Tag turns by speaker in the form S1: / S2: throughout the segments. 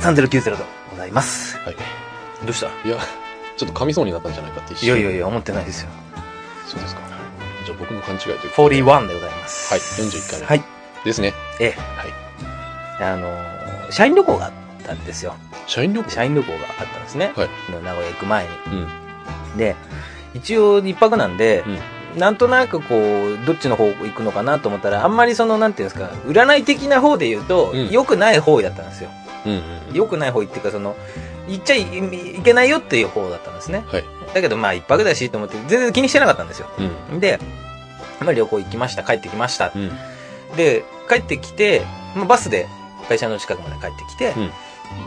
S1: 3090とございます。
S2: はい。
S1: どうした
S2: いや、ちょっと噛みそうになったんじゃないかって一
S1: い
S2: 瞬。
S1: やいやいや、思ってないですよ。
S2: そうですか。じゃあ僕の勘違いというか。
S1: 41でございます。
S2: はい41回目
S1: はい。
S2: ですね。
S1: ええ。
S2: はい。
S1: あのー社員旅行があったんですよ。
S2: 社員旅行
S1: 社員旅行があったんですね。
S2: はい。
S1: 名古屋行く前に。
S2: うん。
S1: で、一応一泊なんで、
S2: うん
S1: なんとなくこう、どっちの方行くのかなと思ったら、あんまりその、なんていうんですか、占い的な方で言うと、
S2: うん
S1: 良くない方だったんですよ。
S2: うんうんうん。
S1: 良くない方っていうか、その、行っちゃいいけないよっていう方だったんですね。
S2: はい。
S1: だけどまあ一泊だしと思って、全然気にしてなかったんですよ。
S2: うん。
S1: で、まあ旅行行きました、帰ってきました。
S2: うん。
S1: で、帰ってきて、まあ、バスで会社の近くまで帰ってきて、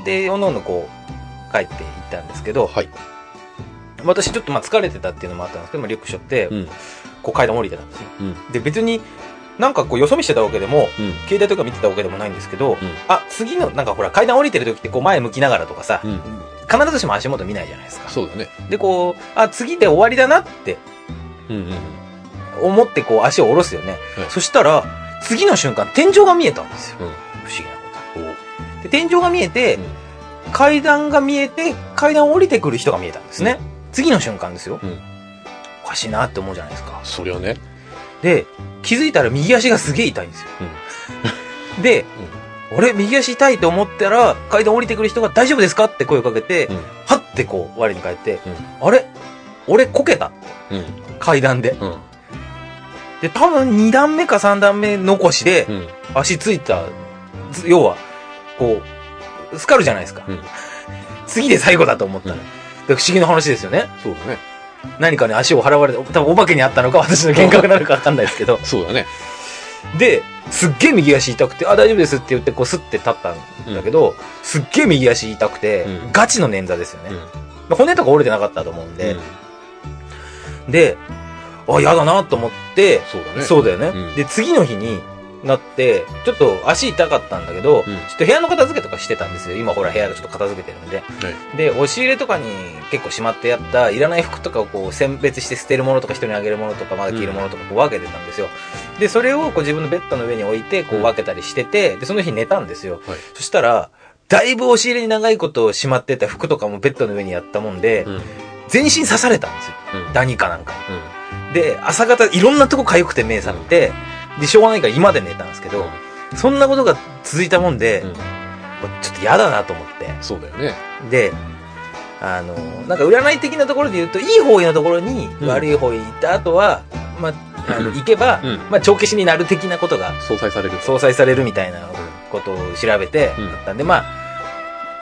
S1: で、おのおのこう、帰って行ったんですけど、
S2: はい。
S1: 私ちょっとまあ疲れてたっていうのもあったんですけど、まあ、リュックしょって、
S2: うん。
S1: こう階段降りてたんですよ。
S2: うん。
S1: で、別になんかこうよそ見してたわけでも、
S2: うん。
S1: 携帯とか見てたわけでもないんですけど、あ、次の、なんかほら階段降りてる時ってこう前向きながらとかさ、
S2: うん
S1: 必ずしも足元見ないじゃないですか。
S2: そうだね。
S1: で、こう、あ、次で終わりだなって
S2: うんうんうん。
S1: 思ってこう足を下ろすよね。
S2: はい
S1: そしたら、次の瞬間天井が見えたんですよ。
S2: うん
S1: 不思議なこと
S2: おう
S1: に。で、天井が見えて、
S2: うん
S1: 階段が見えて、階段を降りてくる人が見えたんですね。次の瞬間ですよ。
S2: うん
S1: おかしいなって思うじゃないですか。
S2: そりゃね。
S1: で、気づいたら右足がすげえ痛いんですよ。 で、あれ右足痛いと思ったら、階段降りてくる人が大丈夫ですかって声をかけて、
S2: うん
S1: はってこう、我に返って、
S2: う
S1: あれ俺こけたって
S2: うん。うん。
S1: 階段で。
S2: うん。
S1: で、多分2段目か3段目残しで、
S2: うん。
S1: 足ついた、つ要は、こう、スカるじゃないですか。
S2: うん
S1: 次で最後だと思ったら。
S2: うん
S1: で不思議な話ですよね。
S2: そうだね。
S1: 何かに足を払われて、多分お化けにあったのか私の幻覚なのかわかんないですけど。
S2: そうだね。
S1: で、すっげえ右足痛くて、あ、大丈夫ですって言って、こうスッて立ったんだけど、すっげえ右足痛くて、
S2: うん
S1: ガチの捻挫ですよね
S2: う、
S1: 骨とか折れてなかったと思うんで、
S2: うん
S1: で、あ、やだなと思って、
S2: そうだね。
S1: そうだよね、
S2: うん
S1: で、次の日になって、ちょっと足痛かったんだけど、ちょっと部屋の片付けとかしてたんですよ。今ほら部屋がちょっと片付けてるんで。で、押し入れとかに結構しまってやった、いらない服とかをこう選別して捨てるものとか人にあげるものとかまだ着るものとかこう分けてたんですよ。で、それをこう自分のベッドの上に置いてこう分けたりしてて、で、その日寝たんですよ。
S2: はい
S1: そしたら、だいぶ押し入れに長いことをしまってた服とかもベッドの上にやったもんで、
S2: うん。うん。
S1: 全身刺されたんですよ。
S2: うん
S1: ダニかなんかに。で、朝方いろんなとこ痒くて目覚めて、で、しょうがないから今で寝たんですけど、そんなことが続いたもんで、
S2: うんうん
S1: ちょっと嫌だなと思って。
S2: そうだよね。
S1: で、あの、なんか占い的なところで言うと、いい方位のところに
S2: うん
S1: 悪い方位行った後は、まあ、あの
S2: うん
S1: 行けば、
S2: うん
S1: まあ、帳消しになる的なことが
S2: 相殺される。
S1: 相殺されるみたいなことを調べて、
S2: うん
S1: だったんで、ま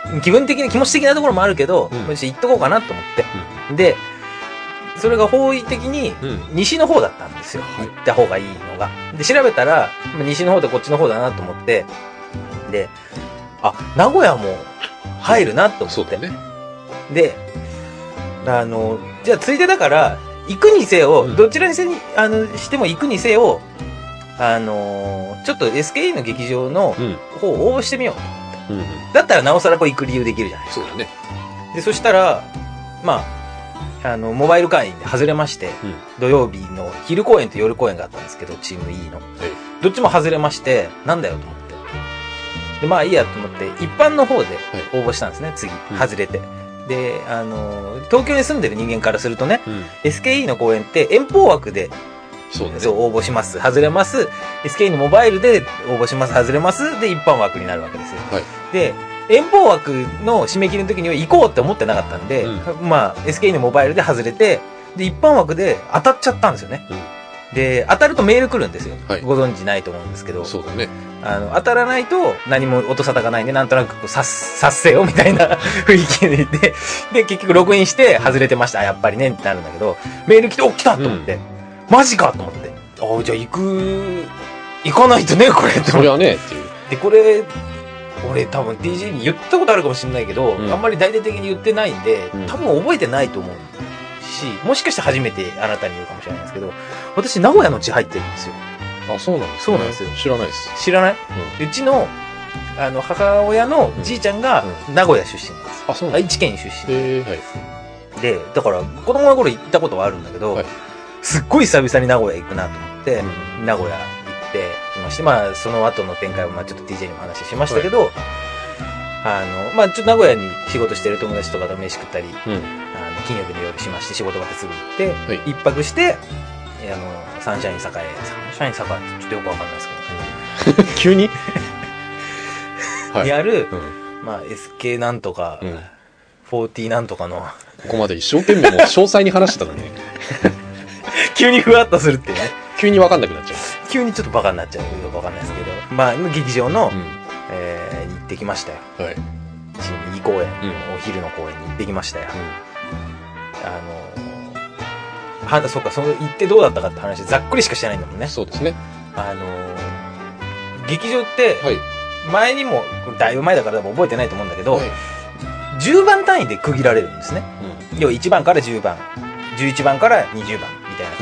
S1: あ、気分的な、気持ち的なところもあるけど、
S2: うん
S1: もし行っとこうかなと思って。で、それが方位的に、
S2: うん。
S1: 西の方だったんですよ。
S2: はい
S1: 行った方がいいのが。で、調べたら、まあ西の方でこっちの方だなと思って、で、あ、名古屋も入るなと思
S2: そう
S1: っ
S2: だ
S1: て。
S2: よね。
S1: で、あの、じゃあついでだから、行くにせよ、
S2: うん
S1: どちらにせに、あの、しても行くにせよ、あのちょっと SKE の劇場の
S2: うん。
S1: 方を応募してみよ
S2: うんうん。
S1: う。だったらなおさらこう行く理由できるじゃないです
S2: そうだね。
S1: か。で、そしたら、まあ、あの、モバイル会員で外れまして、
S2: うん。
S1: 土曜日の昼公演と夜公演があったんですけど、チーム E の。
S2: え
S1: どっちも外れまして、なんだよと思って。で、まあいいやと思って、一般の方で応募したんですね、次
S2: う。ん
S1: 外れて。で、あのー、東京に住んでる人間からするとね、
S2: うん。
S1: SKE の公演って遠方枠で、
S2: そうだね。
S1: そう、応募します、外れます、SKE のモバイルで応募します、外れます、で、一般枠になるわけですよ。
S2: はい
S1: で、遠方枠の締め切りの時には行こうって思ってなかったんで、
S2: う
S1: まあ、SKE のモバイルで外れて、で、一般枠で当たっちゃったんですよね。で、当たるとメール来るんですよ。
S2: はい
S1: ご存知ないと思うんですけど。
S2: そうだね。
S1: あの、当たらないと何も音沙汰がないんで、なんとなくこう、さっ、さっせよみたいな 雰囲気でいて、で、結局ログインして外れてました。あやっぱりね、ってなるんだけど、メール来て、お、来たと思って、マジかと思って。あじゃあ行く、行かないとね、これって
S2: そ
S1: 思
S2: り
S1: っ
S2: ゃね、っていう。
S1: て。で、これ、俺多分 DJ に言ったことあるかもしれないけど、
S2: うん
S1: あんまり大々的に言ってないんで
S2: うん、
S1: 多分覚えてないと思うし、もしかして初めてあなたに言うかもしれないですけど、私名古屋の地入ってるんですよ。
S2: あ、そうなんですね
S1: そうなんですよ
S2: 知らないです。
S1: 知らない、うちのあの母親のじいちゃんが名古屋出身なんですよ、
S2: あ、そうなんで
S1: 愛知県出
S2: す。えー、はい。
S1: 身でだから子供の頃行ったことはあるんだけど、
S2: はい
S1: すっごい久々に名古屋行くなと思って、
S2: う
S1: 名古屋行ってきましてまあその後の展開はまあちょっと DJ にも話しましたけど、あの、まあ、ちょっと名古屋に仕事してる友達とかと飯食ったり、
S2: うん。
S1: あの、金曜日の夜しまして、仕事終わってすぐ行って、
S2: はい。
S1: 一泊して、えーあの、サンシャイン栄、サンシャイン栄、ちょっとよくわかんないですけ
S2: 急に
S1: ど、
S2: はい。
S1: やる、
S2: うん。
S1: まあ、SK なんとか、
S2: うん
S1: 40なんとかの、
S2: ここまで一生懸命もう詳細に話してたの ね。
S1: 急にふわっとするっていうね、
S2: 急にわかんなくなっちゃ
S1: 急にちょっとバカになっちゃうよくわかんないですけど、まあ、劇場の、
S2: う。うん。
S1: えーに行ってきましたよ。
S2: はい。
S1: 12公演、
S2: う
S1: お昼の公演に行ってきましたよ。あのーは、そっか、その行ってどうだったかって話、ざっくりしかしてないんだもん
S2: う
S1: ね
S2: ん。。そうですね。
S1: あのー劇場って、
S2: はい。
S1: 前にも、だいぶ前だから多分覚えてないと思うんだけど、
S2: はい
S1: 10番単位で区切られるんですね。要は1番から10番、11番から20番みたい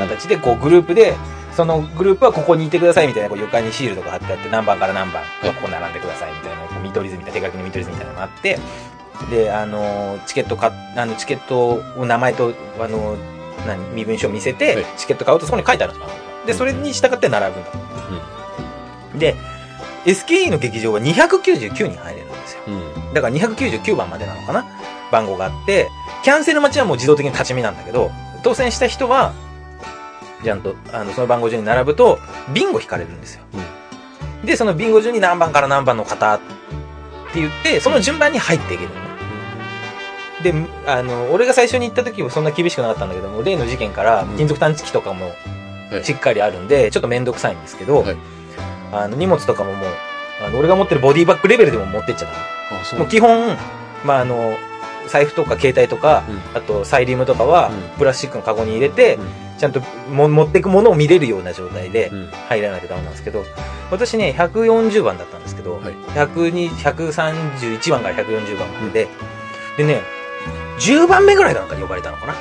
S1: な形で、こうグループで、そのグループはここにいてくださいみたいな、こう床にシールとか貼ってあって、何番から何番、
S2: い
S1: ここ並んでくださいみたいな、こう見取り図みたいな、手書きの見取り図みたいなのがあって、で、あのー、チケットか、あの、チケットを名前と、あのー、何、身分証を見せて、
S2: はい
S1: チケット買うとそこに書いてあるんですよで、それに従って並ぶんだ。で、SKE の劇場は299人入れるんですよ。
S2: うん。うん。うん。
S1: だから299番までなのかな番号があって、キャンセル待ちはもう自動的に立ち見なんだけど、当選した人は、ちゃんと、あの、その番号順に並ぶと、ビンゴ引かれるんですよ。で、そのビンゴ順に何番から何番の方って言って、その順番に入っていけるのね。で、あの、俺が最初に行った時もそんな厳しくなかったんだけども、例の事件から
S2: うん
S1: 金属探知機とかも
S2: はい
S1: しっかりあるんで、ちょっとめんどくさいんですけど、
S2: はい
S1: あの、荷物とかももう、あの、俺が持ってるボディバッグレベルでも持ってっちゃダメ。
S2: あ、そう
S1: もうん
S2: なだ。
S1: 基本、まあ、あの、財布とか携帯とか、
S2: うん
S1: あとサイリウムとかは
S2: う、
S1: プラスチックのカゴに入れて、
S2: うん
S1: ちゃんとも持ってくものを見れるような状態で
S2: うん。
S1: 入らないとダメなんですけど、私ね、140番だったんですけど、
S2: はい
S1: 102 131番から140番までで、でね、10番目ぐらいなんかに呼ばれたのかな。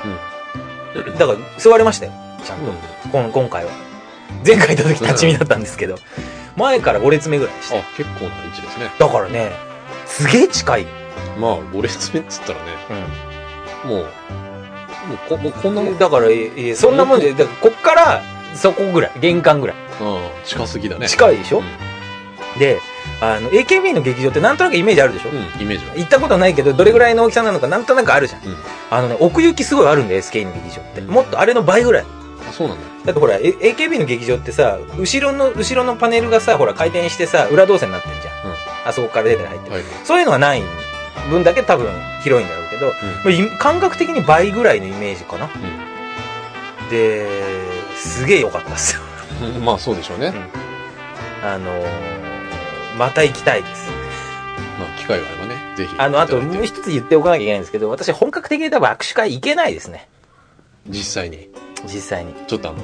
S1: だから、座れましたよ、ちゃんと。
S2: うん
S1: この今回は。前回行った時立ち見だったんですけど、前から5列目ぐらいでした。
S2: あ、結構な位置ですね。
S1: だからね、すげえ近い。
S2: まあ、5列目っつったらね、もう、もうこ、もうこんなもん、
S1: だから、えーそんなもんじゃ、だからこっから、そこぐらい、玄関ぐらい。
S2: うん近すぎだね。
S1: 近いでしょ、
S2: う
S1: で、あの、AKB の劇場ってなんとなくイメージあるでしょ、
S2: ん、うんイメージは。
S1: 行ったことないけど、どれぐらいの大きさなのかなんとなくあるじゃん。
S2: うん
S1: あのね、奥行きすごいあるんだよ、SK の劇場って。
S2: うん
S1: もっとあれの倍ぐらい。
S2: あ、そうなんだ。
S1: だってほら、え AKB の劇場ってさ、後ろの、後ろのパネルがさ、ほら、回転してさ、裏動線になってんじゃん。
S2: うん
S1: あそこから出たり入ってる。
S2: はい。
S1: そういうのはない分だけ多分広いんだろうけど、まあい感覚的に倍ぐらいのイメージかな。で、すげえ良かったっすよ。
S2: うん。うんまあ、そうでしょうね。
S1: あのーまた行きたいです。
S2: まあ、機会があればね、ぜひ。
S1: あの、あと
S2: いただ
S1: も
S2: いうて
S1: 一つ言っておかなきゃいけないんですけど、私本格的に多分握手会行けないですね。
S2: 実際に、
S1: 実際に。
S2: ちょっとあの、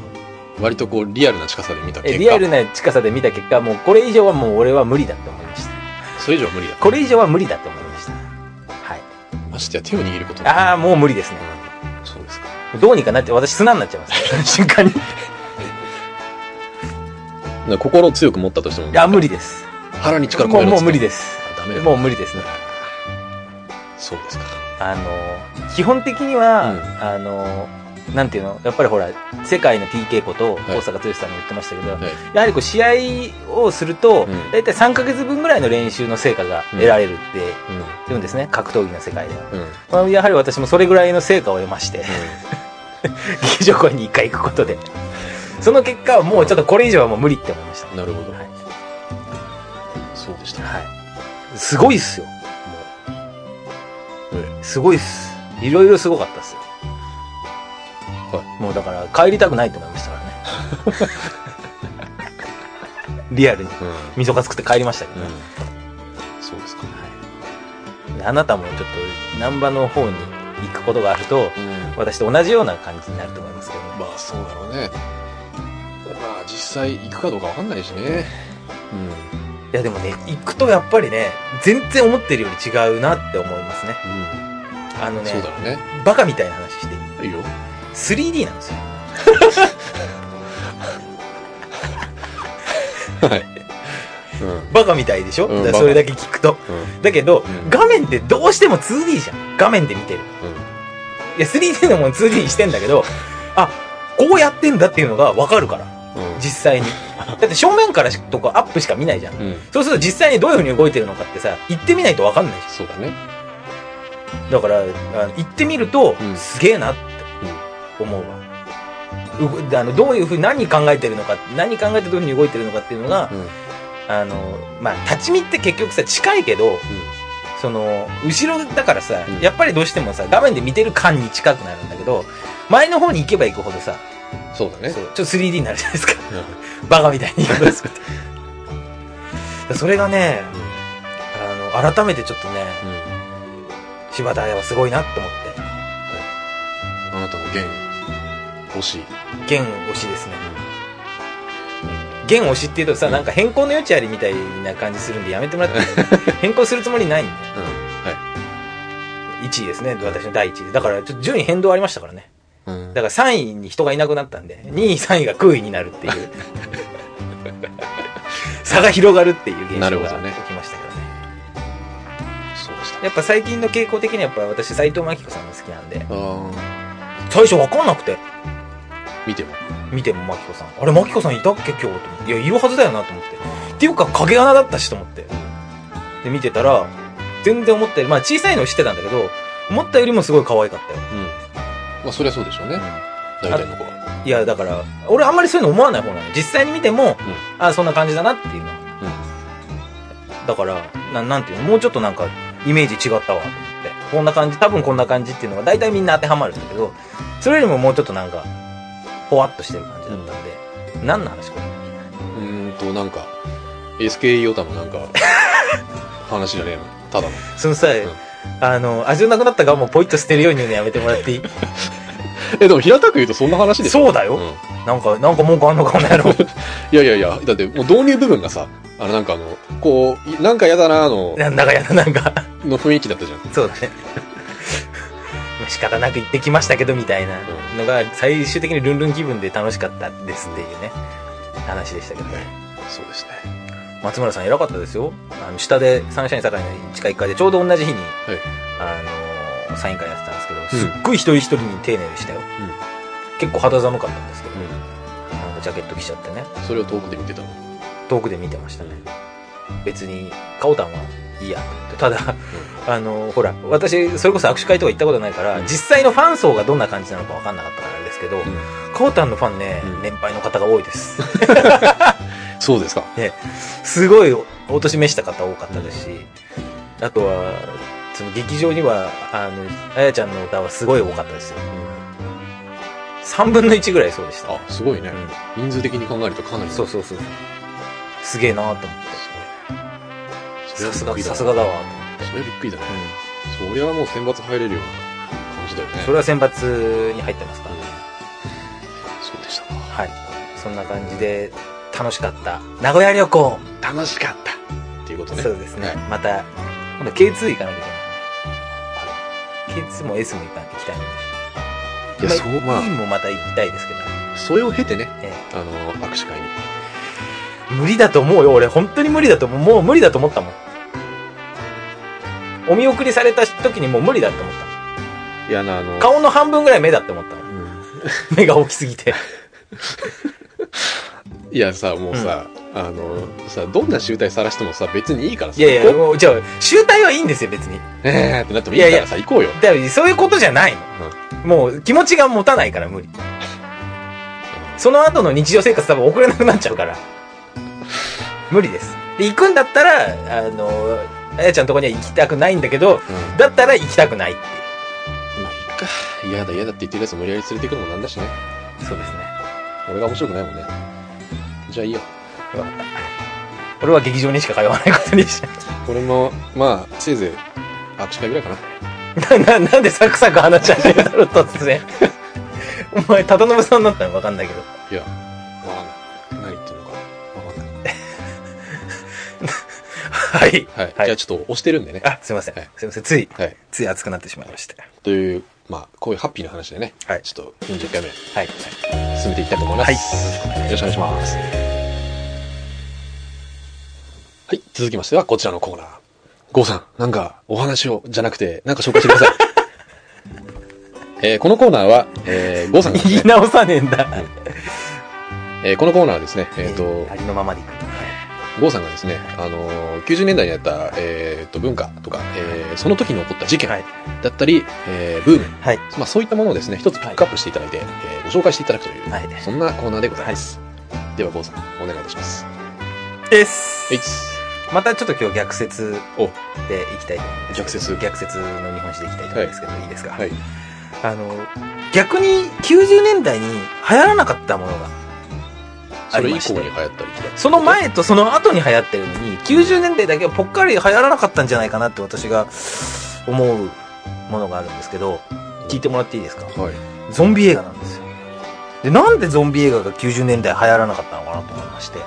S2: 割とこう、リアルな近さで見た結
S1: え
S2: 果。
S1: リアルな近さで見た結果、もうこれ以上はもう俺は無理だと思いました。
S2: それ以上は無理だ。
S1: これ以上は無理だと思いました。はい。
S2: ましてや手を握ること
S1: ああ、もう無理ですね。
S2: あ。そうですか。
S1: どうにかなって、私砂になっちゃい ます。 瞬間に。い
S2: だから心を強く持ったとしても、
S1: や、無理です。
S2: 腹に力込
S1: も
S2: め
S1: う、
S2: る
S1: もう無理
S2: で。
S1: です。
S2: ダメだ。
S1: もう無理ですね。
S2: そうですか。
S1: あの、基本的には、
S2: うん
S1: あの、なんていうのやっぱりほら、世界の PK こと、大
S2: い
S1: 阪剛さんも言ってましたけど、
S2: はい。
S1: やはりこう試合をすると、
S2: うん
S1: 大体3ヶ月分ぐらいの練習の成果が得られるって言うんですね、格闘技の世界では。
S2: うん。うん。
S1: まあやはり私もそれぐらいの成果を得まして、 劇場公演に1回行くことで。その結果はもうちょっとこれ以上はもう無理って思いました。
S2: なるほど。
S1: はい。
S2: そうでした。も
S1: はい。すごいっすよ。
S2: う、え
S1: すごいっす。いろいろすごかったっすよ。
S2: は
S1: もうだから帰りたくないと思いましたからね。 リアルに。
S2: え
S1: 溝が作って帰りましたけ
S2: う
S1: ど
S2: ん。う
S1: ね
S2: ん。そうですか。
S1: であなたもちょっと南波の方に行くことがあると、
S2: うん。
S1: 私と同じような感じになると思いますけどね。
S2: まあそうだろうね。まあ実際行くかどうかわかんないしね。うん。
S1: いやでもね、行くとやっぱりね、全然思ってるより違うなって思いますね。あの
S2: うん。
S1: ね
S2: そう、だろうね。
S1: バカみたいな話していい
S2: いいよ。
S1: 3D なんですよ。
S2: はい。うん。
S1: バカみたいでしょ、
S2: うん
S1: だから
S2: バカ
S1: それだけ聞くと。
S2: うん。
S1: だけど、
S2: うん
S1: 画面ってどうしても 2D じゃん。画面で見てる。
S2: うん。
S1: いや、3D のもの 2D にしてんだけど、あ、こうやってんだっていうのがわかるから。
S2: うん。
S1: 実際に。だって正面からしとかアップしか見ないじゃん。
S2: うん。
S1: そうすると実際にどういう風に動いてるのかってさ、行ってみないとわかんないじ
S2: そうだね。
S1: ゃん。だから、あの行ってみると、
S2: うん
S1: すげえなって思うわ。うごあのどういうふうに何考えてるのか何考えてどういうふうに動いてるのかっていうのが、
S2: うん。うん。
S1: あのまあ立ち見って結局さ近いけどその後ろだからさ、
S2: うん
S1: やっぱりどうしてもさ画面で見てる感に近くなるんだけど前の方に行けば行くほどさ
S2: そうだね。
S1: そうちょっと 3D になるじゃないですか バカみたいに言い方するとそれがねあの改めてちょっとね
S2: うん。うん
S1: 柴田彩はすごいなって思って
S2: あなたの弦欲しい。
S1: 弦推しですね弦推しっていうとさ、
S2: うん
S1: なんか変更の余地ありみたいな感じするんでやめてもらっていいですか 変更するつもりないんで
S2: うん。は
S1: 1位ですね私の第1位だからちょっと順位変動ありましたからね
S2: い。うん
S1: だから3位に人がいなくなったんで2位3位が空位になるっていう 差が広がるっていう現
S2: なる
S1: 象
S2: ほ
S1: が
S2: どね
S1: 起きましたけどね
S2: そうでした。
S1: やっぱ最近の傾向的にやっぱ私斎藤真紀子さんが好きなんで
S2: あ
S1: 最初分かんなくて
S2: ー見ても。
S1: 見ても真紀子さんあれ真紀子さんいたっけ今日と思っていやいるはずだよなと思ってっていうか影穴だったしと思ってで見てたら全然思ったよりまあ小さいのを知ってたんだけど思ったよりもすごい可愛かったよ、
S2: うん。まあ、そりゃそうでしょうね。大体の子は。
S1: いやだから俺あんまりそういうの思わない方なの実際に見ても、あそんな感じだなっていうのだからななんていうのもうちょっとなんかイメージ違ったわと思ってこんな感じ多分こんな感じっていうのが大体みんな当てはまるんだけどそれよりももうちょっとなんかほわっとしてる感じだったんで、何の話これ
S2: うん。うーんと、なんか、SKE オタのなん か、話じゃねえの。ただの。
S1: そのさ、あの味のなくなったガムをポイッと捨てるように言うのやめてもらっていい
S2: え、でも平たく言うとそんな話でしょ
S1: そうだよ、
S2: ん
S1: なんかなんか文句あんのかこの野郎
S2: いやいやいや、だってもう導入部分がさ、あのなんかあの、こう、いなんかやだなーの、
S1: なんだかやだなんか
S2: の雰囲気だったじゃん。
S1: そうだね。まあ仕方なく行ってきましたけどみたいなのが最終的にルンルン気分で楽しかったですっていうね話でしたけどね
S2: そうですね。
S1: 松村さん偉かったですよあの下でサンシャイン堺の地下1階でちょうど同じ日に、あのーサイン会やってたんですけど
S2: うん
S1: すっごい一人一人に丁寧でしたよ、結構肌寒かったんですけど、
S2: う
S1: なんかジャケット着ちゃってね
S2: ん。それを遠くで見てたの。う
S1: 遠くで見てましたね別にカオタンはいいやと思ってただ、あのほら私それこそ握手会とか行ったことないから、
S2: うん
S1: 実際のファン層がどんな感じなのか分かんなかったからあれですけど、
S2: ん。
S1: カオタンのファンね、
S2: うん
S1: 年配の方が多いです
S2: そうですか。
S1: すごいお年めした方多かったですし、あとはその劇場にはあのあやちゃんの歌はすごい多かったですよ3分の1ぐらいそうでした、
S2: あ、すごいね。
S1: うん
S2: 人数的に考えるとかなり。
S1: そう
S2: す
S1: そうそうすげえなと思って
S2: ごいね。それ
S1: さ
S2: は
S1: す
S2: びっ
S1: が
S2: くりだ
S1: さすがだわと思って
S2: それはびっくりだね。
S1: うん
S2: そりゃもう選抜入れるような感じだよね。
S1: それは選抜に入ってますから、
S2: うんそうでしたか。
S1: はいそんな感じで楽しかった名古屋旅行
S2: 楽しかったっていうことね。
S1: そうですね、
S2: はい
S1: また今度 K2 行かなきゃいけない K2 も S も行かなきゃいけない
S2: いや、そう、ま
S1: E もまた行きたいですけど、
S2: あ、それを経てね、
S1: え
S2: あの、握手会に。
S1: え無理だと思うよ俺本当に無理だと思うもう無理だと思ったもんお見送りされた時にもう無理だって思ったもん
S2: いや、なあの、
S1: 顔の半分ぐらい目だって思ったもん
S2: うん
S1: 目が大きすぎて
S2: いやさ、もうさ、あの、さ、どんな集体晒してもさ、別にいいからさ、
S1: いやいや
S2: 行こ
S1: もうじゃあ集大はいいんですよ別に
S2: うえーってなってもいいからさ、行こうよ。
S1: だからそういうことじゃないの、もう気持ちが持たないから無理その後の日常生活多分送れなくなっちゃうから無理ですで行くんだったらあのあやちゃんのとこには行きたくないんだけど
S2: うん。ま
S1: だったら行きたくないってい
S2: あ、いっか。嫌だ嫌だって言ってるやつを無理やり連れて行くのもなんだしね。
S1: うそうですね
S2: 俺が面白くないもんね。じゃあいいよ。
S1: よかった俺は劇場にしか通わないことにした
S2: 俺も、まあ、せいぜい、握手会ぐらいか な。
S1: なななんでサクサク話し始めたの突 然お前忠信さんだったの分かんないけど
S2: いや、わかんない。何言ってるのか。わかんない。
S1: はい
S2: はい。
S1: はい
S2: じゃあちょっと押してるんでね。
S1: あすいません、
S2: はい
S1: すいませんつい
S2: はい。
S1: つい熱くなってしまいました
S2: という、まあ、こういうハッピーな話でね、
S1: はい
S2: ちょっと40回目、
S1: はい
S2: 進めていきたいと思います。
S1: はい
S2: よろしくお願いします。はい、続きましてはこちらのコーナー。ゴーさん、なんかお話を、じゃなくて、なんか紹介してください。 えーこのコーナーは、えー、ゴーさんがです
S1: 言い
S2: ね、
S1: 直さねえんだ
S2: えーこのコーナーはですね、えっ、と、
S1: ありのままでいく。
S2: 郷さんがですね、あのー90年代にあった、えー、と文化とか、えーその時に起こった事件
S1: はい。
S2: だったり、えーブーム、
S1: はい。
S2: まあ、そういったものをですね一つピックアップしていただいて、えーご紹介していただくという、
S1: はい。
S2: そんなコーナーでございます、では郷さんお願いいたします
S1: です
S2: はい
S1: またちょっと今日逆説
S2: お
S1: でいきたいと思うんですけど逆
S2: 逆説
S1: 説の日本史でいきたいと思うんですけど、い、いですか、
S2: はい
S1: あの、逆に90年代に流行らなかったものが、
S2: それ以
S1: ありまし
S2: 降
S1: て
S2: に流行ったりとか
S1: その前とその後に流行ってるのに、90年代だけはぽっかり流行らなかったんじゃないかなって私が思うものがあるんですけど、聞いてもらっていいですか
S2: はい
S1: ゾンビ映画なんですよ。で、なんでゾンビ映画が90年代流行らなかったのかなと思いまして、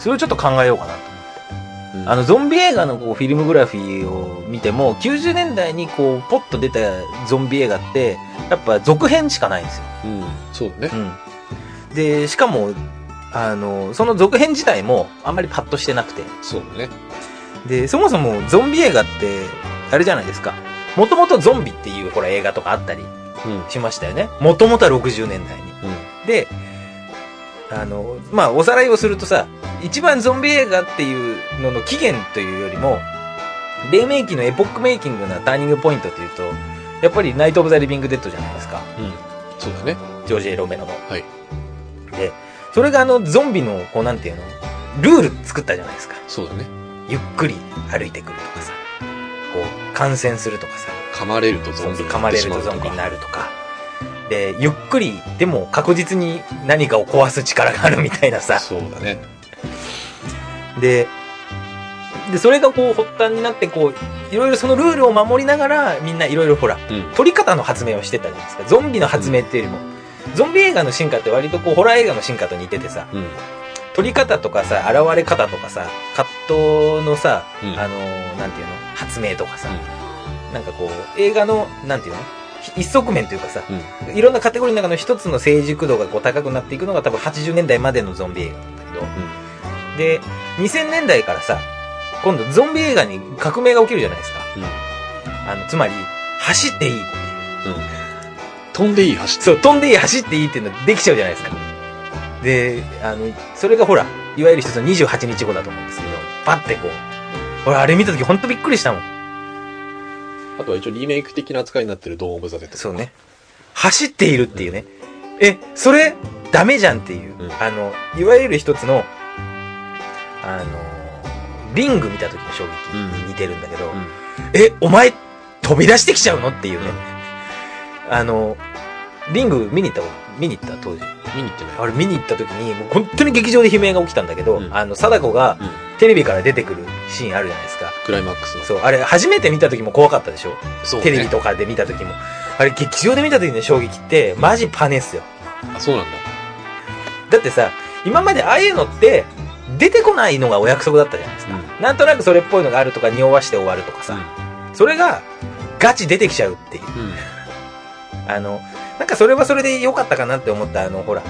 S1: それをちょっと考えようかなと。
S2: うん、うん
S1: あの、ゾンビ映画のこうフィルムグラフィーを見ても、90年代にこう、ポッと出たゾンビ映画って、やっぱ続編しかないんですよ。
S2: うんそうだね
S1: うん。で、しかも、あの、その続編自体もあんまりパッとしてなくて。
S2: そうだね
S1: で、そもそもゾンビ映画って、あれじゃないですか。もともとゾンビっていうほら映画とかあったり
S2: うんうん
S1: しましたよね。もともとは60年代に。で、あの、まあ、おさらいをするとさ、一番ゾンビ映画っていうのの起源というよりも、黎明期のエポックメイキングなターニングポイントというと、やっぱりナイト・オブ・ザ・リビング・デッドじゃないですか。
S2: うんそうだね
S1: ジョージ・エロメロの。
S2: はい
S1: で、それがあの、ゾンビの、こう、なんていうの、ルール作ったじゃないですか。
S2: そうだね
S1: ゆっくり歩いてくるとかさ、こう、感染するとかさ、
S2: 噛まれるとゾンビに
S1: 噛
S2: な
S1: ま
S2: って
S1: れ
S2: し
S1: る
S2: ま
S1: と
S2: う
S1: ゾ
S2: と
S1: ンビに
S2: か
S1: なるとか。で、ゆっくり、でも確実に何かを壊す力があるみたいなさ。
S2: そうだね
S1: で、で、それがこう、発端になって、こう、いろいろそのルールを守りながら、みんないろいろほら、
S2: うん
S1: 取り方の発明をしてたじゃないですか。ゾンビの発明っていうよりも。ゾンビ映画の進化って割とこう、ホラー映画の進化と似ててさ、
S2: うん
S1: 取り方とかさ、現れ方とかさ、葛藤のさ、
S2: うん
S1: あのー、なんていうの発明とかさ、
S2: う
S1: なんかこう、映画の、なんていうのひ一側面というかさ、
S2: んうん
S1: いろんなカテゴリーの中の一つの成熟度がこう高くなっていくのが多分80年代までのゾンビ映画なんだけど、で、2000年代からさ、今度ゾンビ映画に革命が起きるじゃないですか。
S2: うん
S1: あの、つまり、走っていいっていう。
S2: うん飛んでいい走って
S1: そう、飛んでいい、走っていいっていうのができちゃうじゃないですか。で、あの、それがほら、いわゆる一つの28日後だと思うんですけど、バッてこう。俺、あれ見た時ほんとびっくりしたもん。
S2: あとは一応リメイク的な扱いになってるドーン・オブ・ザ・デッド
S1: そうね。走っているっていうね。え、それ、ダメじゃんっていう。
S2: うん
S1: あの、いわゆる一つの、あの、リング見た時の衝撃に似てるんだけど、
S2: うん
S1: え、お前、飛び出してきちゃうのっていうね。あの、リング見に行ったこと、見に行った当時。
S2: 見に行ってない
S1: あれ見に行った時に、もう本当に劇場で悲鳴が起きたんだけど、
S2: うん
S1: あの、貞子が
S2: うん
S1: テレビから出てくるシーンあるじゃないですか。
S2: クライマックスの
S1: そう、あれ初めて見た時も怖かったでしょ、
S2: そうね
S1: テレビとかで見た時も。あれ劇場で見た時の衝撃って、マジパネっすよ。
S2: あそうなんだ
S1: だってさ、今までああいうのって、出てこないのがお約束だったじゃないですか。
S2: う
S1: なんとなくそれっぽいのがあるとか、匂わして終わるとかさ。それが、ガチ出てきちゃうっていう。
S2: んうん
S1: あの、なんかそれはそれで良かったかなって思った、あの、ほら。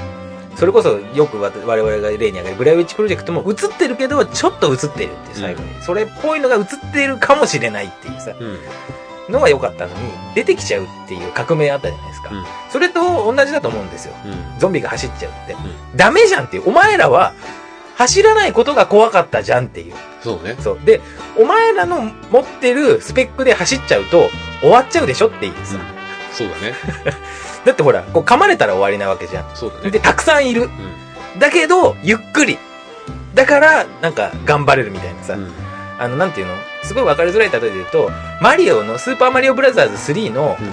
S1: それこそよくわ我々が例に挙げるブライウィッチプロジェクトも映ってるけど、ちょっと映ってるっていう最後に。それっぽいのが映ってるかもしれないっていうさ、
S2: うん
S1: のが良かったのに、出てきちゃうっていう革命あったじゃないですか。
S2: うん
S1: それと同じだと思うんですよ。
S2: うん
S1: ゾンビが走っちゃうって。
S2: ん
S1: ダメじゃんっていう。お前らは、走らないことが怖かったじゃんっていう。
S2: そうね
S1: そう。で、お前らの持ってるスペックで走っちゃうと、終わっちゃうでしょっていうさ。
S2: そうだね
S1: だってほら、こう噛まれたら終わりなわけじゃん。
S2: そうだね
S1: で、たくさんいる。
S2: う
S1: だけど、ゆっくり。だから、なんか、頑張れるみたいなさ。
S2: んうん
S1: あの、なんていうのすごいわかりづらい例えで言うと、マリオの、スーパーマリオブラザーズ3の
S2: うん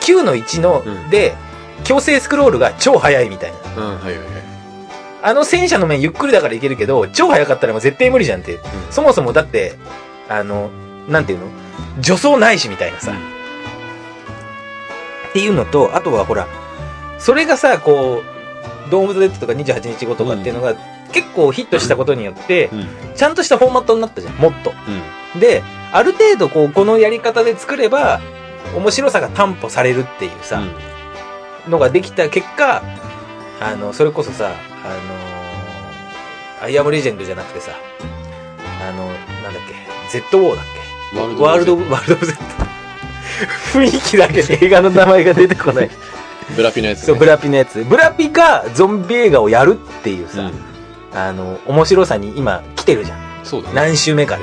S1: 9の1の
S2: うん
S1: で、強制スクロールが超速いみたいな。
S2: うんはいはいはい
S1: あの戦車の面ゆっくりだからいけるけど、超速かったらもう絶対無理じゃんって。そもそもだって、あの、なんていうの助走ないしみたいなさ。
S2: うん
S1: っていうのと、あとはほら、それがさ、こう、ドームズ・デッドとか28日後とかっていうのが、結構ヒットしたことによって、
S2: うんうん
S1: ちゃんとしたフォーマットになったじゃん、もっと。で、ある程度こう、このやり方で作れば、面白さが担保されるっていうさ、
S2: うん
S1: のができた結果、あの、それこそさ、あのーアイアムレジェンドじゃなくてさ、あの、なんだっけ、ZO だっけワールド、ワールドオブ Z。雰囲気だけで映画の名前が出てこない。
S2: ブラピのやつ、ね、
S1: そうブラピのやつブラピがゾンビ映画をやるっていうさ、あの面白さに今来てるじゃん
S2: そうだね
S1: 何週目かで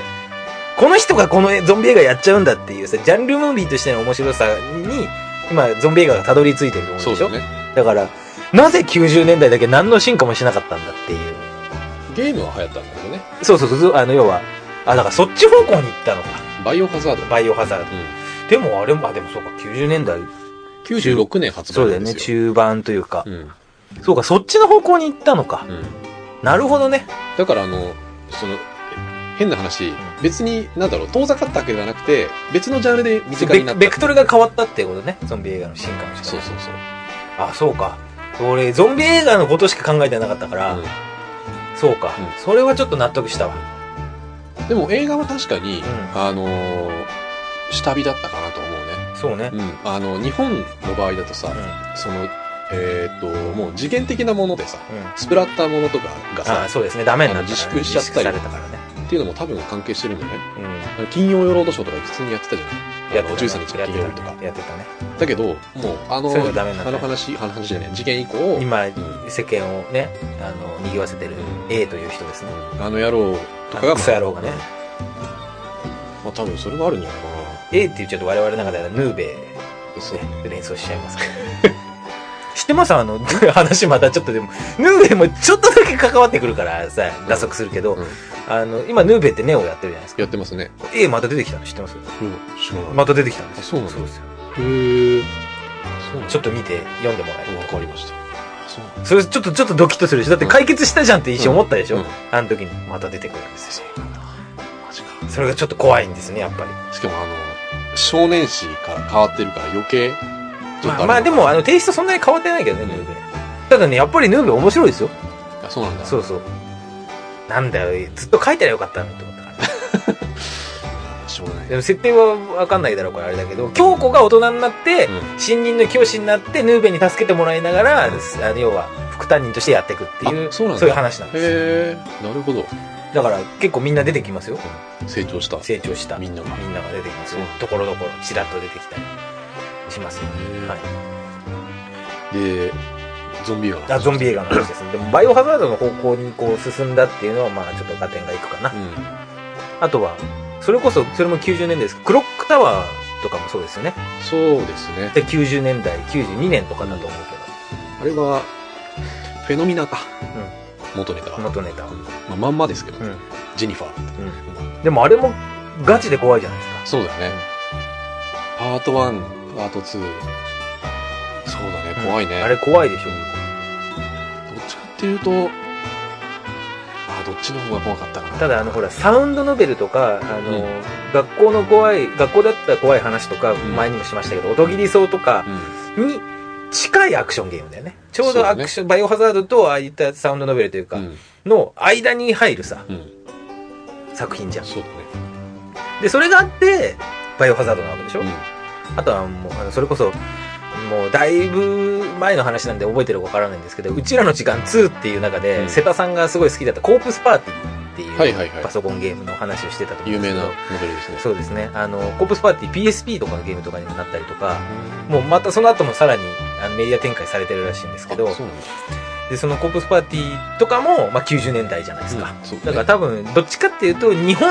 S1: この人がこのゾンビ映画やっちゃうんだっていうさジャンルムービーとしての面白さに今ゾンビ映画がたどり着いてると思う
S2: そう
S1: でしょ
S2: だね
S1: だからなぜ90年代だけ何の進化もしなかったんだっていう
S2: ゲームは流行ったんだけどね
S1: そうそうそうあの要はあだからそっち方向に行ったのか
S2: バイオハザード、
S1: バイオハザード
S2: うん、
S1: でもあれもあでもそうか90年代
S2: 96年発
S1: そうだ
S2: 売な
S1: よ
S2: んで
S1: ね
S2: すよ
S1: 中盤というか、
S2: う
S1: そうかそっちの方向に行ったのか
S2: ん、うん、
S1: なるほどね
S2: だからあのその変な話別になんだろう遠ざかったわけではなくて別のジャンルで身近
S1: ベ
S2: にな
S1: ク
S2: った
S1: ベクトルが変わったっていうことねゾンビ映画の進化の仕方
S2: そうそうそ
S1: あ
S2: う、
S1: そうか俺ゾンビ映画のことしか考えてなかったから、
S2: う
S1: そうか、
S2: う
S1: それはちょっと納得したわ
S2: ん、でも映画は確かに、
S1: ん
S2: あのー下火だったかなと思うね
S1: そうね、
S2: うん、あの日本の場合だとさ、
S1: うんうん
S2: そのえーっともう次元的なものでさスプラッターものとかが
S1: あ
S2: さ
S1: あそうですねダメになった、ね、
S2: あの自粛しちゃった
S1: 自粛
S2: り
S1: されたからね
S2: っていうのも多分関係してるんじゃない
S1: うん
S2: あの金曜ロードショーとか普通にやってたじゃない
S1: や
S2: あ
S1: っ
S2: の
S1: てた
S2: 13日の金曜日とか、
S1: やってたね
S2: だけどもうあの
S1: そういうのダメになった
S2: あ
S1: ね
S2: の話あの話じゃない事件以降、
S1: 今
S2: うん
S1: 世間をねあの賑わせてる
S2: うん
S1: A という人ですね、
S2: あの野郎とか
S1: あ
S2: が、
S1: のクソ野郎がね、
S2: まあ多分それがあるんじゃないか
S1: A って言っちゃうと我々の中ではヌーベ
S2: な。そう。
S1: ーで連想しちゃいますけど 知ってますあの 話またちょっとでもヌーベーもちょっとだけ関わってくるからさ打足するけど、
S2: うん
S1: あの今ヌーベーってネオやってるじゃないですか
S2: やってますね。
S1: A また出てきたの知ってます
S2: うん、知ら
S1: また出てきたんですよ
S2: あそうなん
S1: で
S2: だ
S1: すよ
S2: へえ。そうなん
S1: ちょっと見て読んでもらえ
S2: わ
S1: る
S2: かりました。そうなんだ
S1: それちょっとちょっとドキッとするでしょだって解決したじゃんって一瞬思ったでしょ、
S2: うんうん
S1: あの時にまた出てくるんですよ
S2: マジか。
S1: それがちょっと怖いんですねやっぱり
S2: しかもあの、少年誌から変わってるから余計、ちょっ
S1: ま
S2: と
S1: あ、
S2: れ
S1: まあでもあ
S2: あ
S1: のテイストそんなに変わってないけどね、
S2: うん
S1: ヌーベただねやっぱりヌーベ面白いですよ
S2: あ、そうなんだ。
S1: そうそうなんだよずっと書いたらよかったのにと思ったから
S2: しょうがない。
S1: でも設定は分かんないだろうからあれだけど京子が大人になって、
S2: うん
S1: 新任の教師になってヌーベに助けてもらいながら、
S2: うん
S1: あの要は副担任としてやっていくっていう
S2: あそうなんだ
S1: いう話なんですよ
S2: へえ、なるほど。
S1: だから結構みんな出てきますよ
S2: 成長した。
S1: 成長した
S2: みんなが。
S1: みんなが出てきます
S2: う
S1: よ
S2: ん
S1: ところどころちらっと出てきたりしますよ、
S2: へー
S1: はい、
S2: で、ゾンビ映画の話
S1: あゾンビ映画の話ですねでもバイオハザードの方向にこう進んだっていうのはまあちょっと合点がいくかな、
S2: うん。
S1: あとはそれこそそれも90年代ですクロックタワーとかもそうですよね
S2: そうですね。
S1: で90年代92年とかだと思う
S2: あれは、フェノミナか。元ネタ
S1: け
S2: は
S1: ど。元ネタは、
S2: まあ、まんまですけど、
S1: う
S2: ね
S1: ん
S2: ジェニファー。
S1: でもあれもガチで怖いじゃないですか
S2: そうだよね。パート1、パート2。そうだね、怖いね。
S1: あれ怖いでしょ
S2: どっちかっていうと、あーどっちの方が怖かったかな。
S1: ただあのほらサウンドノベルとかあの、
S2: うん
S1: 学校の怖い学校だったら怖い話とか
S2: ん
S1: 前にもしましたけど、音切り草とか
S2: うん。
S1: に近いアクションゲームだよねちょう
S2: そう
S1: ど
S2: だ
S1: ア
S2: ね
S1: クション、バイオハザードとああいったサウンドノベルというか、
S2: うん。
S1: の間に入るさ
S2: うん。
S1: 作品じゃん
S2: そうだね。
S1: でそれがあってバイオハザードなわけでしょ、
S2: うん。
S1: あとはもう、あのそれこそ、もうだいぶ前の話なんで覚えてるかわからないんですけど、うちらの時間2っていう中で、
S2: うん
S1: 瀬田さんがすごい好きだったコープスパーティーっていう、
S2: はいはいはい
S1: パソコンゲームの話をしてたと思う
S2: 有
S1: んで
S2: 名
S1: すけ
S2: な
S1: ど
S2: ノベルですね。
S1: そうですね。あの、コープスパーティー PSP とかのゲームとかにもなったりとか、
S2: うん
S1: もうまたその後もさらにあのメディア展開されてるらしいんですけど
S2: あ、そうなんだ。
S1: で、そのコープスパーティーとかも、まあ、90年代じゃないですか。
S2: うんそう
S1: だから
S2: ね。
S1: 多分、どっちかっていうと、日本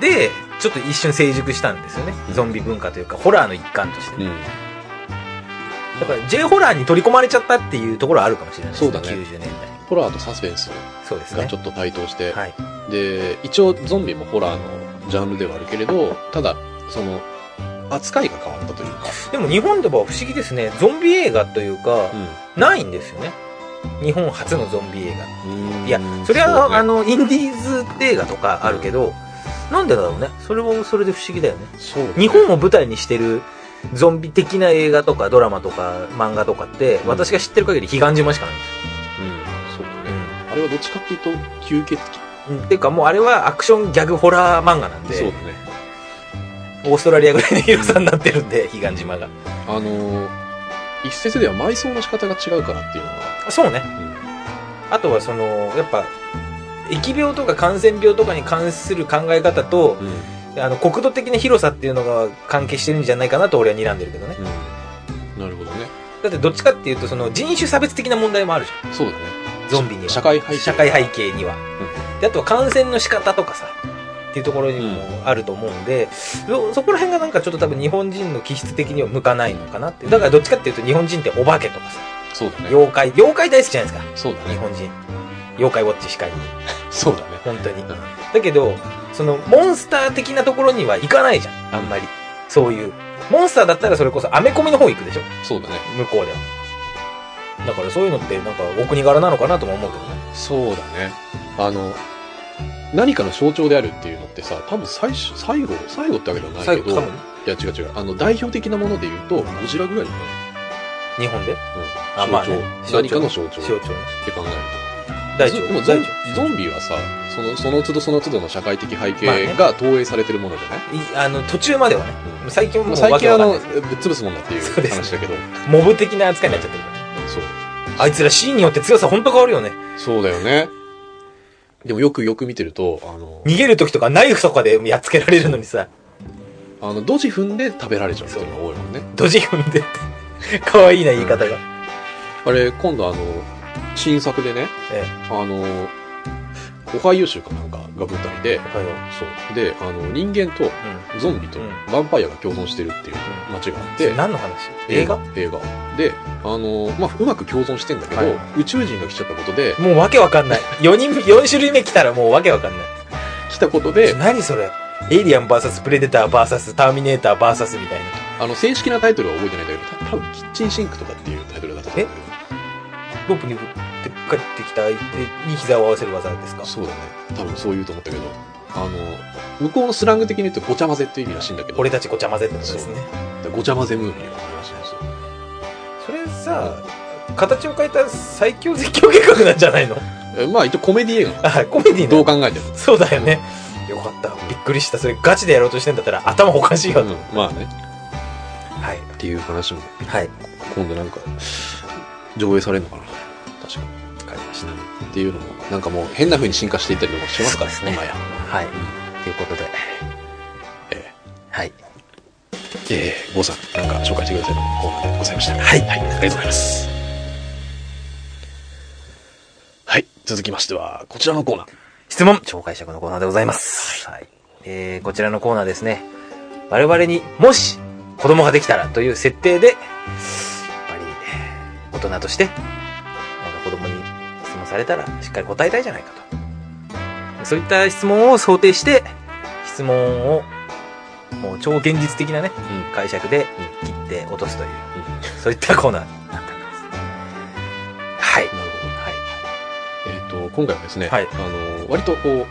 S1: でちょっと一瞬成熟したんですよね。
S2: うん
S1: ゾンビ文化というか、ホラーの一環としてね。
S2: うん。
S1: だから J ホラーに取り込まれちゃったっていうところはあるかもしれないです
S2: そうだね
S1: 90年代
S2: ホラーとサスペンス
S1: そうです
S2: が
S1: ね
S2: ちょっと対等して、
S1: はい、
S2: で、一応ゾンビもホラーのジャンルではあるけれど、ただ、その、扱いが変わったというか、
S1: でも日本では不思議ですねゾンビ映画というか、ないんですよね日本初のゾンビ映
S2: うん
S1: 画いやそれは、
S2: そうね
S1: あのインディーズ映画とかあるけど、なんでだろうねそれもそれで不思議だよね
S2: そうね
S1: 日本を舞台にしてるゾンビ的な映画とかドラマとか漫画とかって、
S2: うん
S1: 私が知ってる限り彼岸島しかないんです
S2: うん、そうだ
S1: よ
S2: ね。、あれはどっちかっていうと、吸血鬼。
S1: うんていうかもうあれはアクションギャグホラー漫画なんで
S2: そうだね。
S1: オーストラリアぐらいの広さになってるんで彼岸島が
S2: あのー、一説では埋葬の仕方が違うからっていうのが、
S1: そうね
S2: うん
S1: あとはそのやっぱ疫病とか感染病とかに関する考え方と
S2: うん
S1: あの国土的な広さっていうのが関係してるんじゃないかなと俺は睨んでるけどね
S2: なるほどね。
S1: だってどっちかっていうと、その人種差別的な問題もあるじゃ
S2: そうだね。
S1: ん。ゾンビには。
S2: 社会背景。
S1: 社会背景には。で、あとは感染の仕方とかさ、っていうところにもあると思うんで、そそこら辺がなんかちょっと多分日本人の気質的には向かないのかなって。だからどっちかっていうと日本人ってお化けとかさ、
S2: そうだね。
S1: 妖怪、妖怪大好きじゃないですか、
S2: そうだ
S1: 日
S2: ね。
S1: 本人。妖怪ウォッチしかり、
S2: そうだね。
S1: 本当に
S2: ん。
S1: だけど、そのモンスター的なところには行かないじゃん、あんまり。そういう。モンスターだったらそれこそアメコミの方行くでしょ
S2: そうだね。
S1: 向こうでは。だからそういうのってなんかお国柄なのかなとも思うけどね。
S2: そうだね。あの、何かの象徴であるっていうのってさ、多分最初、最後、最後ってわけではないけど、
S1: 多分
S2: いや違う違う。あの、代表的なもので言うと、ゴジラぐらいだね。
S1: 日本で
S2: うん。
S1: あ
S2: 象
S1: まあね
S2: 徴。何かの象
S1: 象
S2: 徴
S1: 徴
S2: って
S1: ね
S2: 考える
S1: 大
S2: と。
S1: 腸
S2: ゾでもゾ
S1: 大
S2: ン
S1: 腸
S2: ゾンビはさ、その、その都度その都度の社会的背
S1: まあね
S2: 景が投影されてるものじゃな
S1: いあ
S2: い、
S1: の途中まではね
S2: うん
S1: 最近は
S2: ま
S1: も
S2: あ
S1: う
S2: 最近
S1: わ
S2: あ
S1: け
S2: の、
S1: わ
S2: ぶ
S1: かん
S2: っ潰すもんだっていう
S1: そうです
S2: 話だけど、
S1: ないモブ的な扱いになっちゃってるからね
S2: そう。
S1: あいつらシーンによって強さ本当変わるよね
S2: そうだよね。でもよくよく見てると、あの、
S1: 逃げる時とかナイフとかでやっつけられるのにさ
S2: あの、ドジ踏んで食べられちゃうっていうのが多いもんね。
S1: ドジ踏んでって 可愛いな言い方が、
S2: あれ、今度あの、新作でね、
S1: え
S2: あの、オハイオ州かなんかが舞台で
S1: え、おはよう
S2: そう。で、あの、人間とゾンビと
S1: うん
S2: ヴァンパイアが共存してるっていう
S1: う
S2: 街があっ
S1: で
S2: て、
S1: 何の話映画
S2: 映画。で、あの、まあ、うまく共存してんだけど、
S1: はい
S2: 宇宙人が来ちゃったことで、
S1: もうわけわかんない4人4種類目来たらもうわけわかんない
S2: 来たことで、
S1: 何それエイリアン VS プレデター VS ターミネーター VS みたいな
S2: あの、正式なタイトルは覚えてないんだけど、た多分キッチンシンクとかっていうタイトルだったと思うんだけど。
S1: ロープに振って帰ってきた相手に膝を合わせる技ですか
S2: そうだね。多分そう言うと思ったけど、あの、向こうのスラング的に言うとごちゃ混ぜっていう意味らしいんだけど、
S1: 俺たちごちゃ混ぜってことですね
S2: ごちゃ混ぜムービーがあるらしいんです
S1: そ
S2: よ。
S1: れさ形を変えた最強絶叫計画なんじゃないの
S2: えまあ一応コメディ映画なんで
S1: あコメディ
S2: すど
S1: の
S2: う考えても。
S1: そうだよねよかったびっくりしたそれガチでやろうとしてんだったら頭おかしいよ、
S2: うんまあね。
S1: はい
S2: っていう話も、
S1: はい
S2: 今度なんか、上映されるのかな。確かに。
S1: わかりまし
S2: っていうのも、なんかもう変な風に進化していったりとかしてますから
S1: そう
S2: ね、
S1: ですね
S2: 今や。
S1: たはいということで
S2: え
S1: はい
S2: え、ええ、郷さん、なんか紹介してくださいのコーナーでございました。
S1: はい
S2: はい、ありがとうございます。はい、続きましては、こちらのコーナー。
S1: 質問紹介者のコーナーでございます。はい。えー、こちらのコーナーですね。我々にもし子供ができたらという設定で、やっぱり大人として、なんか子供に質問されたらしっかり答えたいじゃないかと。そういった質問を想定して、質問をもう超現実的なね、
S2: う
S1: 解釈で切って落とすという、そういったコーナーになっております。はい。
S2: ん。なるほど。
S1: はい。
S2: えっ、と、今回はですね、
S1: はい
S2: あの、割とこう、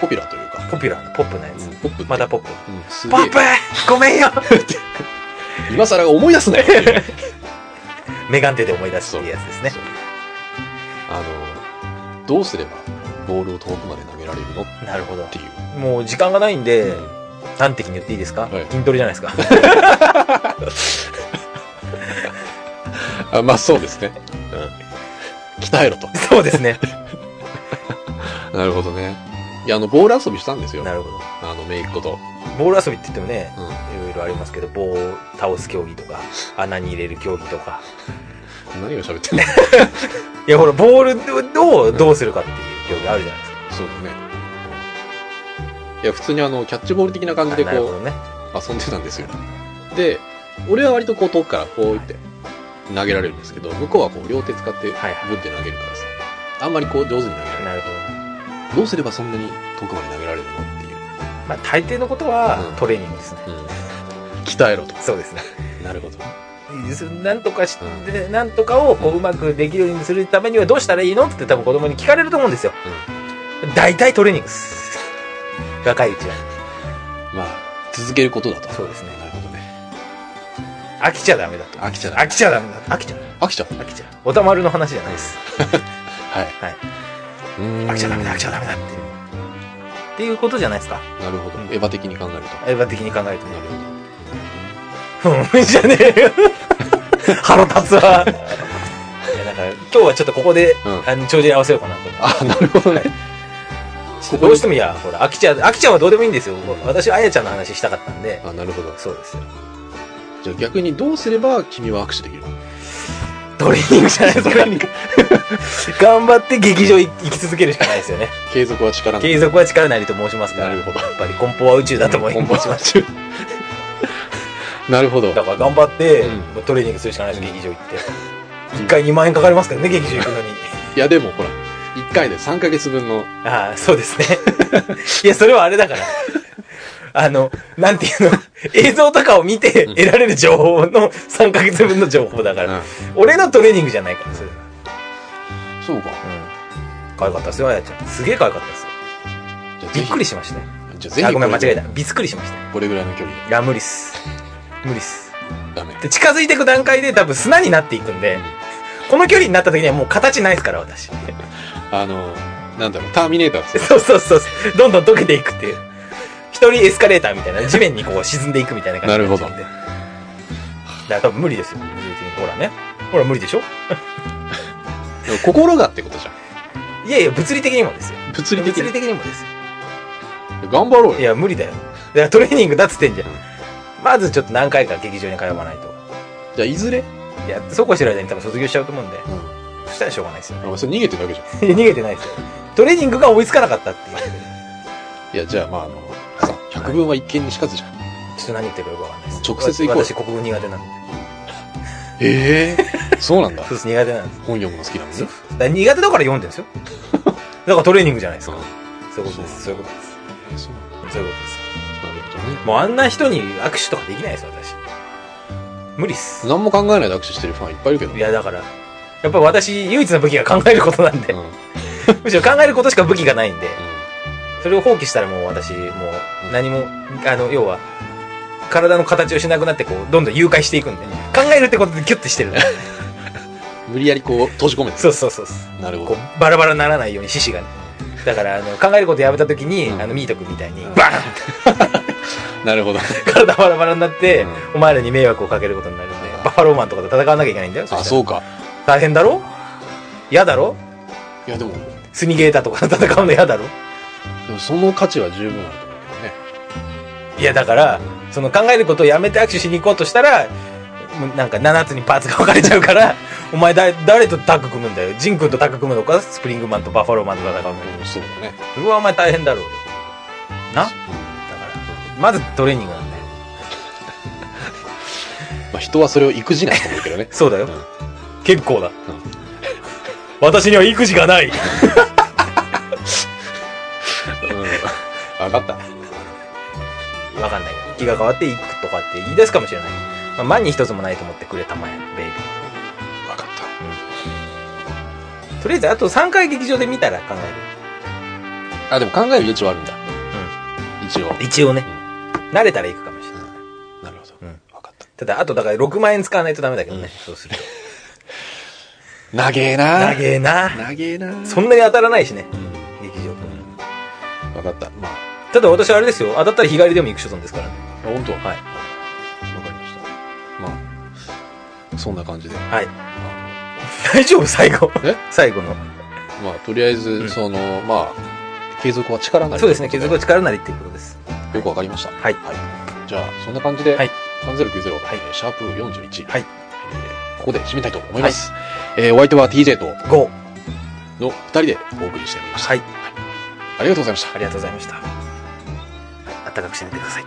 S2: ポピュラーというか、
S1: ポピュラーなポップなや
S2: うん
S1: つ。
S2: ポップ
S1: ま
S2: だ
S1: だポップ。
S2: うん、すげ
S1: ポ
S2: え
S1: ップごめんよ
S2: 今更思い出すね
S1: メガンテで思い出すっていうやつですね。
S2: あの、どうすればボールを遠くまで投げられるのっ
S1: なるほど
S2: て。いう。
S1: もう時間がないんで、端的に言っていいですか、
S2: はい
S1: 筋トレじゃないですか。
S2: あまあそうですね。うん。鍛えろと。
S1: そうですね。
S2: なるほどね。いや、あの、ボール遊びしたんですよ。
S1: なるほど。
S2: あの、めいっ子と。
S1: ボール遊びって言ってもね、
S2: うん。
S1: いろいろありますけど、棒を倒す競技とか、穴に入れる競技とか。
S2: 何を喋って んの
S1: いや、ほら、ボールをどうするかっていう競技あるじゃないですか。
S2: そうだね。うんいや、普通にあの、キャッチボール的な感じで
S1: なるほ
S2: こ
S1: どね。
S2: う、遊んでたんですよ。で、俺は割とこう遠くからこうって投げられるんですけど、向こうはこう両手使って、ブ
S1: はいはい
S2: ンって投げるからさ。あんまりこう上手に投げられない。
S1: なるほど。
S2: どうすればそんなに遠くまで投げられるのっていう。
S1: まあ、大抵のことは
S2: うん
S1: トレーニングですね。
S2: 鍛えろと。
S1: そうですね。
S2: なるほど。
S1: なんとかして、なんとかをこううまくできるようにするためにはどうしたらいいのって多分子供に聞かれると思うんですよ。大体トレーニングっす。若いうちは。
S2: まあ、続けることだと。
S1: そうですね
S2: なるほどね。
S1: 飽きちゃダメだと。
S2: 飽きちゃダメ
S1: 飽きちゃダメだ。飽きちゃう。
S2: 飽きちゃう。
S1: 飽きちゃう。おたまるの話じゃないです。
S2: はい。
S1: はい。
S2: うーん
S1: 飽きちゃダメだ、飽きちゃダメだっていう。っていうことじゃないですか。
S2: なるほど。
S1: うん
S2: エヴァ的に考えると。
S1: エヴァ的に考えると
S2: な
S1: ね
S2: る。ほど。
S1: ふん、じゃねえよ。 腹立つわ。いや、なんか、今日はちょっとここで、
S2: うん
S1: あの、帳尻合わせようかなと思って。
S2: あ、なるほどね。ここに
S1: どうしてもいや、ほら、飽きちゃう、飽きちゃうはどうでもいいんですよ。私、あやちゃんの話したかったんで。
S2: あ、なるほど。
S1: そうですよ。
S2: じゃあ逆にどうすれば君は握手できるの
S1: トレーニング じゃないですか。 頑張って劇場い生き続けるしかないですよね。
S2: 継続は力なり。
S1: 継続は力なりと申しますから。
S2: なるほど
S1: やっぱり根本は宇宙だと思い
S2: 本
S1: ま
S2: 番
S1: す。
S2: 中。 なるほど。
S1: だから頑張って、
S2: うん
S1: もうトレーニングするしかないです、
S2: うん
S1: 劇場行って。1回2万円かかりますからね、劇場行くのに。
S2: いや、でもほら、1回で3ヶ月分の、
S1: ああ、そうですね。 いや、それはあれだから。あの、なんていうの、映像とかを見て
S2: うん
S1: 得られる情報の3ヶ月分の情報だから。
S2: う
S1: 俺のトレーニングじゃないから、それ。うん。
S2: んそうか。
S1: 可愛かったですよ、あやちゃん。すげえ可愛かったですよ。
S2: じゃ
S1: び
S2: あぜ
S1: っ
S2: ひ
S1: くりしましたね。
S2: じゃあぜひ。
S1: あ、ごめん、間違えた。。びっくりしました。
S2: これぐらいの距離
S1: いや、無理っす。無理っす。
S2: でダメ。
S1: で、近づいていく段階で多分砂になっていくんで、この距離になった時にはもう形ないですから、私。
S2: あの、なんだろう、ターミネーターです
S1: そ
S2: よ。
S1: うそうそうそう。どんどん溶けていくっていう。一人エスカレーターみたいな、地面にこう沈んでいくみたいな感じにっちゃうんで。だから多分無理ですよ。無理的にほらね。ほら無理でしょ
S2: でも心がってことじゃん。
S1: いやいや、物理的にもですよ。
S2: 物理的
S1: 物理
S2: に。
S1: 的にもですよ。
S2: 頑張ろうよ
S1: い。や、無理だよ。だからトレーニングだっつってんじゃん。まずちょっと何回か劇場に通わないと。
S2: じゃあ、いずれ。
S1: いや、そうこうしてる間に多分卒業しちゃうと思うんで、
S2: うん。
S1: そしたらしょうがないですよ。
S2: あそれ逃げてるだけじゃん。
S1: 逃げてないですよ。トレーニングが追いつかなかったっていう。
S2: いや、じゃあ、まあ、あの、さ、百聞は一見にしかずじゃん。
S1: ちょっと何言ってるかよくわかんないです。
S2: 直接行こうよ
S1: 私、国語苦手なんで。
S2: ええそうなんだ
S1: そう。です、苦手なんです。
S2: 本読むの好きなんですね。
S1: だから苦手だから読んでるんですよ。 だからトレーニングじゃないですか。そういうことです。そ
S2: そうう
S1: いうことです。
S2: えそうなんだ。
S1: そういうことです。
S2: なるほどね。
S1: もうあんな人に握手とかできないです、私。無理っす。
S2: 何も考えないで握手してるファンいっぱいいるけど。
S1: いや、だから、やっぱ私、唯一の武器が考えることなんで
S2: うん。、うん。
S1: むしろ考えることしか武器がないんで、それを放棄したらもう私、もう何も、あの、要は、体の形をしなくなって、こう、どんどん誘拐していくんで、考えるってことでギュッてしてるんで。
S2: 無理やりこう、閉じ込めて。
S1: そうそうそうそう。
S2: なるほ
S1: こ
S2: ど。
S1: うバラバラにならないように獅子がねだからあの考えることやめた時に、
S2: うん
S1: あのミート君みたいに
S2: うん
S1: バーンって
S2: なるほど。
S1: 体バラバラになって、
S2: うん
S1: お前らに迷惑をかけることになるんで
S2: うん
S1: バッファローマンとかと戦わなきゃいけないんだよ
S2: あ、
S1: したら
S2: そう か。
S1: 大変だろ嫌だろ
S2: いや、でも、で
S1: スニゲーターとかと戦うの嫌だろ
S2: もその価値は十分あると思うけどね。
S1: いやだからその考えることをやめて握手しに行こうとしたらもうなんか7つにパーツが分かれちゃうから お前だ誰とタッグ組むんだよジン君とタッグ組むのかスプリングマンとバッファローマンと戦うのか
S2: うん、そうだね。
S1: それはお前大変だろうよなだか
S2: う
S1: ら
S2: ん
S1: まずトレーニングなんだよ。
S2: まあ、人はそれを育児ないと思うけどね
S1: そうだよ。結構だ。
S2: ん
S1: 私には育児がない。
S2: うん。分かった。
S1: わかんないよ。気が変わっていくとかって言い出すかもしれない。まあ、万に一つもないと思ってくれたまえ、ベイビ
S2: 分かっ
S1: ー。とりあえず、あと3回劇場で見たら考え
S2: た。あ、でも考える余地はあるんだ。うん。一応。
S1: る。一応ね
S2: う。
S1: 慣れたら行くかもしれない。
S2: なるほど。
S1: うん
S2: 分かった
S1: だ、あとだから6万円使わないとダメだけどね。
S2: うん
S1: そうすると。
S2: た。長えな
S1: 長えな。
S2: 長えな
S1: そんなに当たらないしね、
S2: うん。
S1: 劇場。
S2: 分かった。まあ、
S1: ただ私あれですよ。当たったら日帰りでも行く所存ですからね。
S2: 本当は。
S1: はい。
S2: 分かりました。まあ、そんな感じで。
S1: はい。 大丈夫最後
S2: え。
S1: 最後の。
S2: まあ、とりあえ
S1: ん
S2: ず、その、まあ、継続は力なり。
S1: そうですね。継続は力なりっていうことです。
S2: よくわかりました。
S1: はい。
S2: はい。じゃあ、そんな感じで、
S1: はい
S2: 3090、
S1: い
S2: えーシャープ41、
S1: はい
S2: えーここで締めたいと思います。えーお相手は TJ と
S1: 5。
S2: の2人でお送りしてみました。
S1: はい。
S2: ありがとうございました
S1: あ。りがとうございました。はいあったかくしてみてください。